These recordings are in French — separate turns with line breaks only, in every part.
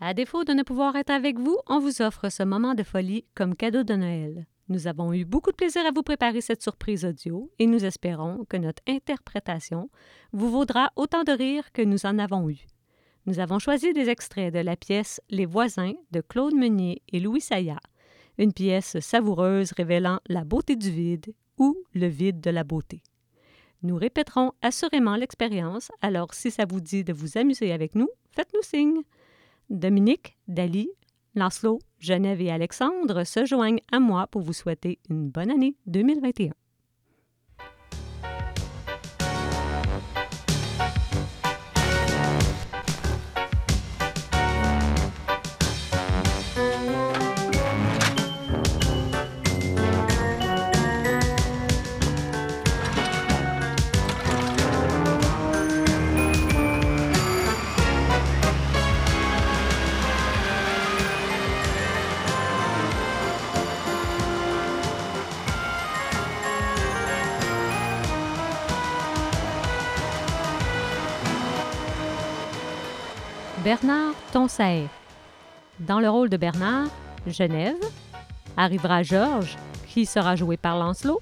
À défaut de ne pouvoir être avec vous, on vous offre ce moment de folie comme cadeau de Noël. Nous avons eu beaucoup de plaisir à vous préparer cette surprise audio et nous espérons que notre interprétation vous vaudra autant de rire que nous en avons eu. Nous avons choisi des extraits de la pièce Les voisins de Claude Meunier et Louis Sayat, une pièce savoureuse révélant la beauté du vide ou le vide de la beauté. Nous répéterons assurément l'expérience, alors si ça vous dit de vous amuser avec nous, faites-nous signe. Dominique, Dali, Lancelot, Genève et Alexandre se joignent à moi pour vous souhaiter une bonne année 2021. Bernard Tonsaer. Dans le rôle de Bernard, Genève. Arrivera Georges, qui sera joué par Lancelot.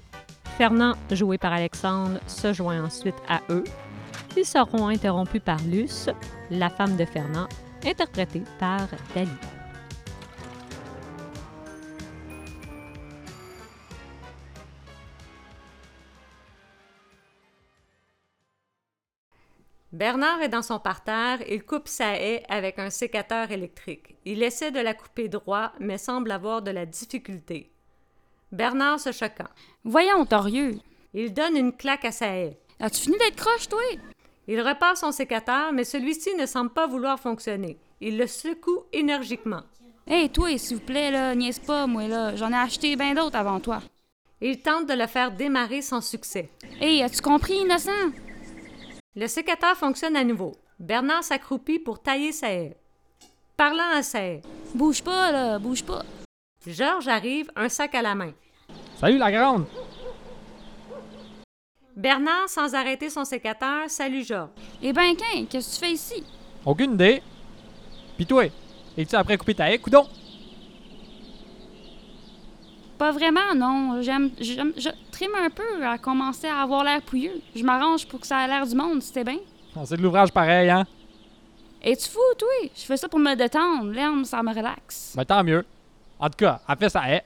Fernand, joué par Alexandre, se joint ensuite à eux. Ils seront interrompus par Luce, la femme de Fernand, interprétée par Dali. Bernard est dans son parterre, il coupe sa haie avec un sécateur électrique. Il essaie de la couper droit, mais semble avoir de la difficulté. Bernard se choquant.
Voyons, Torieux.
Il donne une claque à sa haie.
As-tu fini d'être croche, toi?
Il repart son sécateur, mais celui-ci ne semble pas vouloir fonctionner. Il le secoue énergiquement.
Hé, toi, s'il vous plaît, là, niaise pas, moi, là. J'en ai acheté bien d'autres avant toi.
Il tente de le faire démarrer sans succès.
Hé, as-tu compris, innocent?
Le sécateur fonctionne à nouveau. Bernard s'accroupit pour tailler sa haie. Parlant à sa haie,
Bouge pas, là, bouge pas.
Georges arrive, un sac à la main.
Salut la grande!
Bernard, sans arrêter son sécateur, salue Georges.
Eh ben, qu'un, qu'est-ce que tu fais ici?
Aucune idée! Pis toi, es-tu après couper ta haie, coudon?
Pas vraiment, non. J'aime, j'aime, je trime un peu à commencer à avoir l'air pouilleux. Je m'arrange pour que ça ait l'air du monde, c'était bien.
Ah, C'est de l'ouvrage pareil, hein?
Es-tu fou, toi? Je fais ça pour me détendre. L'herbe, ça me relaxe.
Ben tant mieux. En tout cas, elle fait sa haie.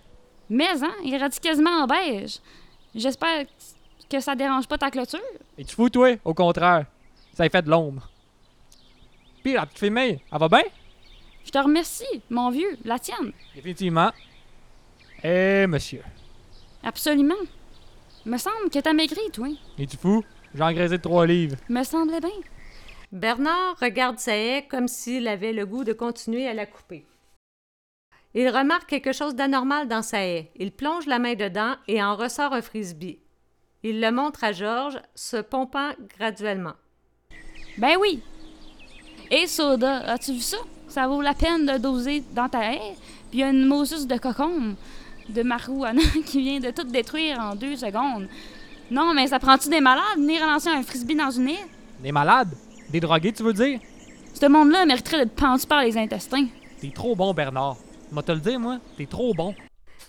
Mais, hein, il radie quasiment en beige. J'espère que ça dérange pas ta clôture.
Et tu fous, toi? Au contraire. Ça y fait de l'ombre. Pis la petite fille, elle va bien?
Je te remercie, mon vieux, la tienne.
Définitivement. Eh, monsieur.
Absolument. Me semble que t'as maigri, toi.
Et tu fous? J'ai engraissé de trois livres.
Me semblait bien.
Bernard regarde sa haie comme s'il avait le goût de continuer à la couper. Il remarque quelque chose d'anormal dans sa haie. Il plonge la main dedans et en ressort un frisbee. Il le montre à Georges, se pompant graduellement.
Ben oui. Et soda, as-tu vu ça? Ça vaut la peine de doser dans ta haie. Puis il y a une Moses de cocombe de marijuana qui vient de tout détruire en deux secondes. Non, mais ça prend-tu des malades venir lancer un frisbee dans une haie?
Des malades? Des drogués, tu veux dire?
Ce monde-là mériterait d'être pendu par les intestins.
T'es trop bon, Bernard. Moi, te le dire, moi, t'es trop bon.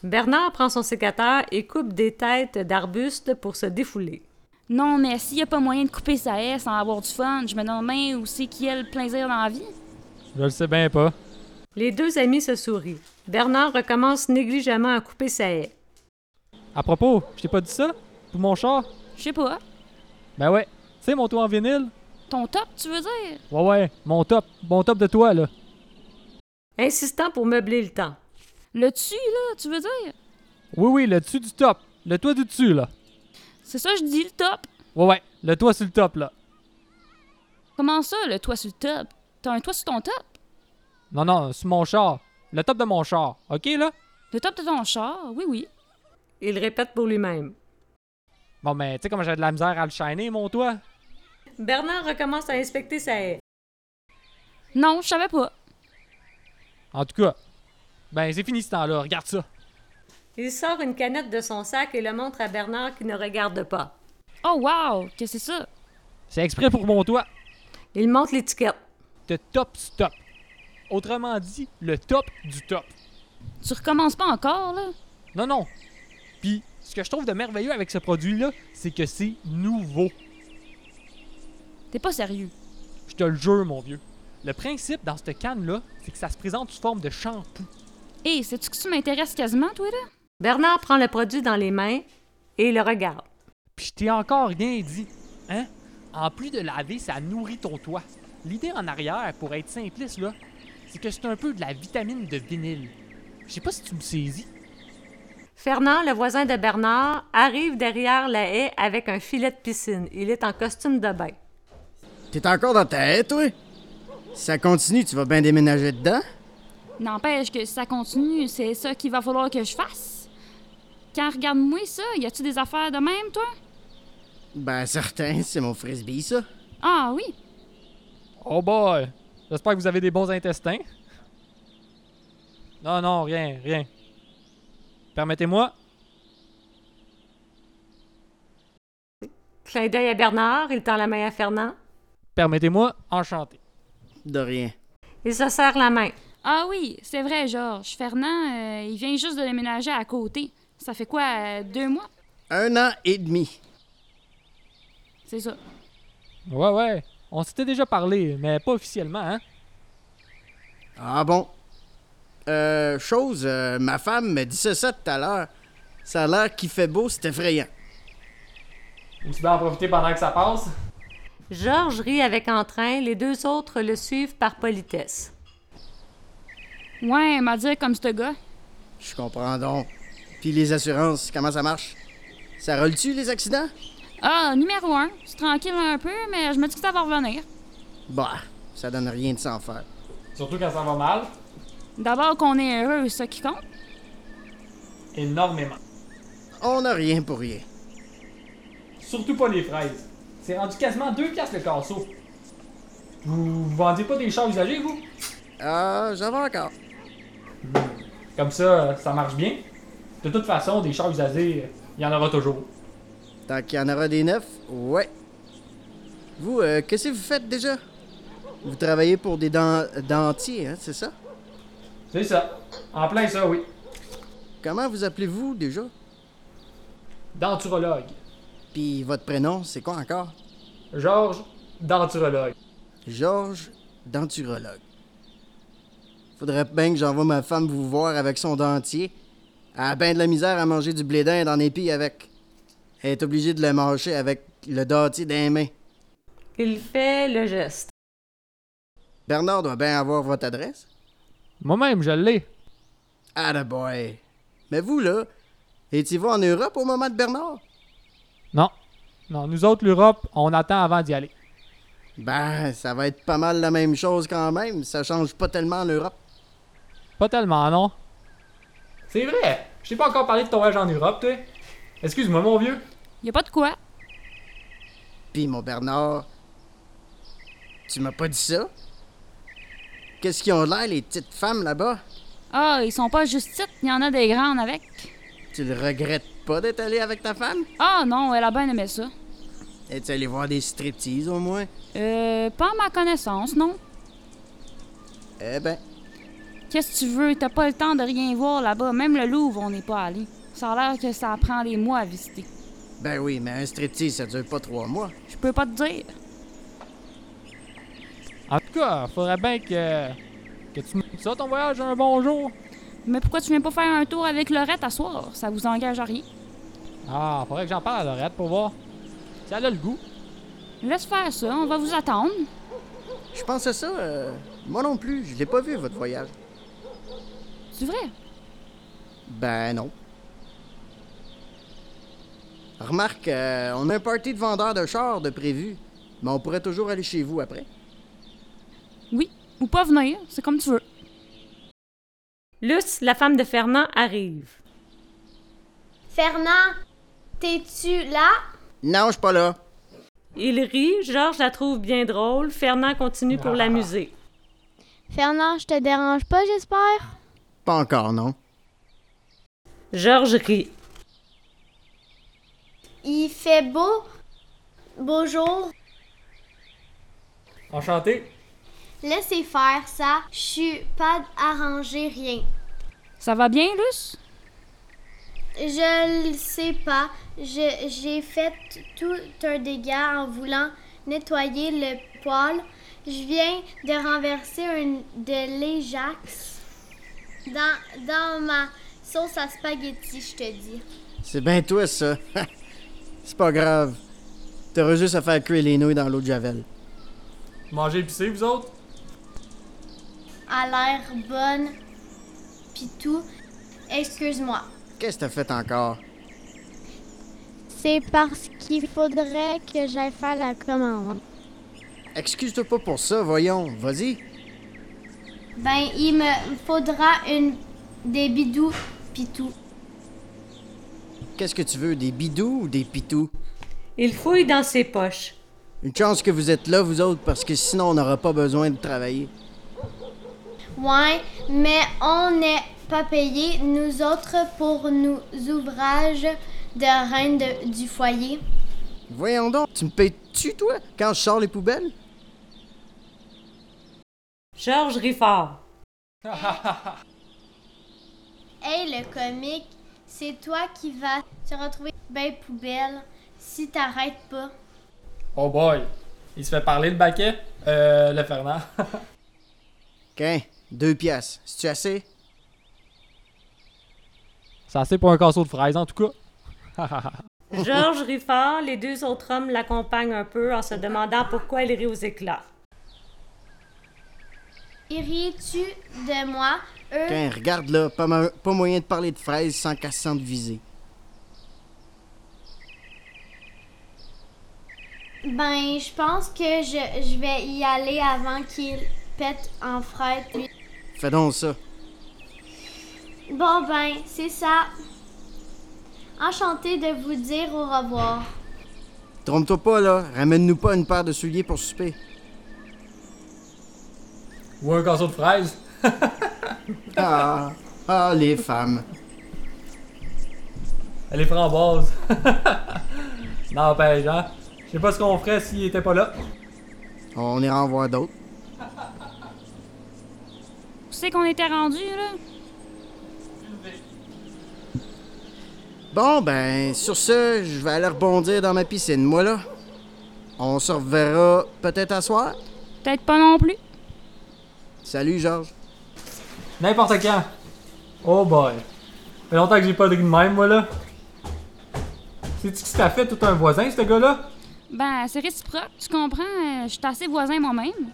Bernard prend son sécateur et coupe des têtes d'arbustes pour se défouler.
Non, mais s'il n'y a pas moyen de couper sa haie sans avoir du fun, je me demande bien où c'est qu'il y a le plaisir dans la vie.
Je le sais bien pas.
Les deux amis se sourient. Bernard recommence négligemment à couper sa haie.
À propos, je t'ai pas dit ça? Pour mon char?
Je sais pas.
Ben ouais. Tu sais, mon toit en vinyle?
Ton top, tu veux dire?
Ouais, ouais. Mon top. Bon top de toi, là.
Insistant pour meubler le temps.
Le dessus, là, tu veux dire?
Oui, oui, le dessus du top. Le toit du dessus, là.
C'est ça, je dis le top.
Ouais, ouais. Le toit sur le top, là.
Comment ça, le toit sur le top? T'as un toit sur ton top?
Non, non, sur mon char. Le top de mon char. OK, là?
Le top de ton char? Oui, oui.
Il répète pour lui-même.
Bon, mais tu sais comment j'ai de la misère à le shiner, mon toit?
Bernard recommence à inspecter sa haie.
Non, je savais pas.
En tout cas, ben, c'est fini ce temps-là. Regarde ça.
Il sort une canette de son sac et le montre à Bernard qui ne regarde pas.
Oh wow, que c'est ça?
C'est exprès pour mon toit.
Il monte l'étiquette.
De top stop. Autrement dit, le top du top.
Tu recommences pas encore, là?
Non, non. Puis, ce que je trouve de merveilleux avec ce produit-là, c'est que c'est nouveau.
T'es pas sérieux.
Je te le jure, mon vieux. Le principe dans cette canne-là, c'est que ça se présente sous forme de shampoing.
Hé, sais-tu que tu m'intéresses quasiment, toi, là?
Bernard prend le produit dans les mains et le regarde.
Puis je t'ai encore rien dit. Hein? En plus de laver, ça nourrit ton toit. L'idée en arrière, pour être simpliste, là, c'est que c'est un peu de la vitamine de vinyle. Je sais pas si tu me saisis.
Fernand, le voisin de Bernard, arrive derrière la haie avec un filet de piscine. Il est en costume de bain.
T'es encore dans ta haie, toi? Si ça continue, tu vas bien déménager dedans?
N'empêche que si ça continue, c'est ça qu'il va falloir que je fasse. Quand regarde-moi ça, y a-tu des affaires de même, toi?
Ben, certain, c'est mon frisbee, ça.
Ah oui.
Oh boy! J'espère que vous avez des bons intestins. Non, non, rien, rien. Permettez-moi.
Clin d'œil à Bernard, il tend la main à Fernand.
Permettez-moi, enchanté.
De rien.
Il se serre la main.
Ah oui, c'est vrai, Georges. Fernand, euh, il vient juste de déménager à côté. Ça fait quoi, euh, deux mois?
Un an et demi.
C'est ça.
Ouais, ouais. On s'était déjà parlé, mais pas officiellement, hein?
Ah bon? Euh, chose, euh, ma femme me disait ça tout à l'heure. Ça a l'air qu'il fait beau, c'est effrayant.
Tu vas en profiter pendant que ça passe?
Georges rit avec entrain, les deux autres le suivent par politesse.
Ouais, m'a dit comme ce gars.
Je comprends donc. Puis les assurances, comment ça marche? Ça roule-tu, les accidents?
Ah, numéro un. C'est tranquille un peu, mais je me dis que ça va revenir.
Bah, ça donne rien de s'en faire.
Surtout quand ça va mal,
D'abord qu'on est heureux, c'est ça qui compte.
énormément.
On n'a rien pour rien.
Surtout pas les fraises. C'est rendu quasiment deux piastres le casseau. Vous vendiez pas des chars usagés, vous?
Ah, j'en veux encore.
Comme ça, ça marche bien. De toute façon, des chars usagés, il y en aura toujours.
Tant qu'il y en aura des neufs, ouais. Vous, euh, qu'est-ce que vous faites déjà? Vous travaillez pour des dent- dentiers, hein, c'est ça?
C'est ça. En plein ça, oui.
Comment vous appelez-vous déjà?
Denturologue.
Puis votre prénom, c'est quoi encore?
Georges, denturologue.
Georges, denturologue. Faudrait bien que j'envoie ma femme vous voir avec son dentier. Elle a ben de la misère à manger du blé d'Inde en épis avec. Elle est obligée de le mâcher avec le dentier d'un main.
Il fait le geste.
Bernard doit bien avoir votre adresse.
Moi-même, je l'ai.
Ah boy. Mais vous, là, étiez-vous en Europe au moment de Bernard?
Non. Non, nous autres, l'Europe, on attend avant d'y aller.
Ben, ça va être pas mal la même chose quand même. Ça change pas tellement en Europe.
Pas tellement, non. C'est vrai. Je t'ai pas encore parlé de ton voyage en Europe, toi. Excuse-moi, mon vieux.
Y a pas de quoi.
Puis mon Bernard, tu m'as pas dit ça? Qu'est-ce qu'ils ont l'air, les petites femmes là-bas?
Ah, ils sont pas juste petites, il y en a des grandes avec.
Tu le regrettes pas d'être allé avec ta femme?
Ah non, elle a bien aimé ça.
Es-tu allé voir des striptease au moins?
Euh, pas à ma connaissance, non.
Eh ben,
Qu'est-ce que tu veux? T'as pas le temps de rien voir là-bas. Même le Louvre, on n'est pas allé. Ça a l'air que ça prend des mois à visiter.
ben oui, mais un striptease, ça dure pas trois mois.
Je peux pas te dire.
En tout cas, faudrait bien que. que tu me ça, ton voyage, un bon jour.
Mais pourquoi tu viens pas faire un tour avec Lorette à soir? Ça vous engage à rien.
Ah, faudrait que j'en parle à Lorette pour voir. Si elle a le goût.
Laisse faire ça, on va vous attendre.
Je pense à ça, euh, moi non plus, je l'ai pas vu votre voyage.
C'est vrai?
Ben non. Remarque, euh, on a un party de vendeurs de chars de prévu, mais on pourrait toujours aller chez vous après.
Oui. Ou pas venir, c'est comme tu veux.
Luce, la femme de Fernand, arrive.
Fernand, t'es-tu là?
Non, je suis pas là.
Il rit, Georges la trouve bien drôle, Fernand continue pour l'amuser.
Fernand, je te dérange pas, j'espère?
Pas encore, non.
Georges rit.
Il fait beau. Beau jour.
Enchanté.
Laissez faire ça. Je suis pas arrangée, rien.
Ça va bien, Luce?
Je le sais pas. Je- J'ai fait tout un dégât en voulant nettoyer le poêle. Je viens de renverser un de l'Ajax dans, dans ma sauce à spaghetti, je te dis.
C'est bien toi, ça. c'est pas grave. T'auras juste à faire cuire les nouilles dans l'eau de Javel.
Mangez épicé, vous autres?
À l'air bonne, pis tout. Excuse-moi.
Qu'est-ce que t'as fait encore?
C'est parce qu'il faudrait que j'aille faire la commande.
Excuse-toi pas pour ça, voyons. Vas-y.
Ben, il me faudra une des bidous, pis tout.
Qu'est-ce que tu veux, des bidous ou des pitous?
Il fouille dans ses poches.
Une chance que vous êtes là, vous autres, parce que sinon on n'aura pas besoin de travailler.
Ouais, mais on n'est pas payé, nous autres, pour nos ouvrages de reine de- du foyer.
Voyons donc, tu me payes-tu, toi, quand je sors les poubelles?
Georges Riffard.
Hey, le comique, c'est toi qui vas te retrouver ben poubelle si t'arrêtes pas.
Oh boy! Il se fait parler le baquet? Euh, le Fernand.
Qu'un, deux piastres. C'est-tu assez?
Ça assez pour un casseau de fraises, en tout cas.
Georges Riffard, les deux autres hommes l'accompagnent un peu en se demandant pourquoi il rit aux éclats.
Ris-tu de moi? Eux,
Qu'un, regarde là, pas, mo- pas moyen de parler de fraises sans qu'elles se sentent visées.
ben, je pense que je, je vais y aller avant qu'il pète en frette. lui.
Fais donc ça.
Bon, ben, c'est ça. Enchantée de vous dire au revoir.
Trompe-toi pas, là. Ramène-nous pas une paire de souliers pour souper.
Ou un casseau de fraises?
Ah, ah, les femmes.
Elle est framboise. non, ben, hein? Je sais pas ce qu'on ferait s'il était pas là.
On ira en voir d'autres.
Où c'est qu'on était rendu, là?
Bon, ben, sur ce, je vais aller rebondir dans ma piscine, moi, là. On se reverra peut-être à soir.
Peut-être pas non plus.
Salut, Georges.
N'importe quand. Oh boy. fait longtemps que j'ai pas ri de même, moi, là. Sais-tu qui t'a fait tout un voisin, ce gars-là?
Ben, c'est réciproque, tu comprends? euh, Je suis assez voisin moi-même.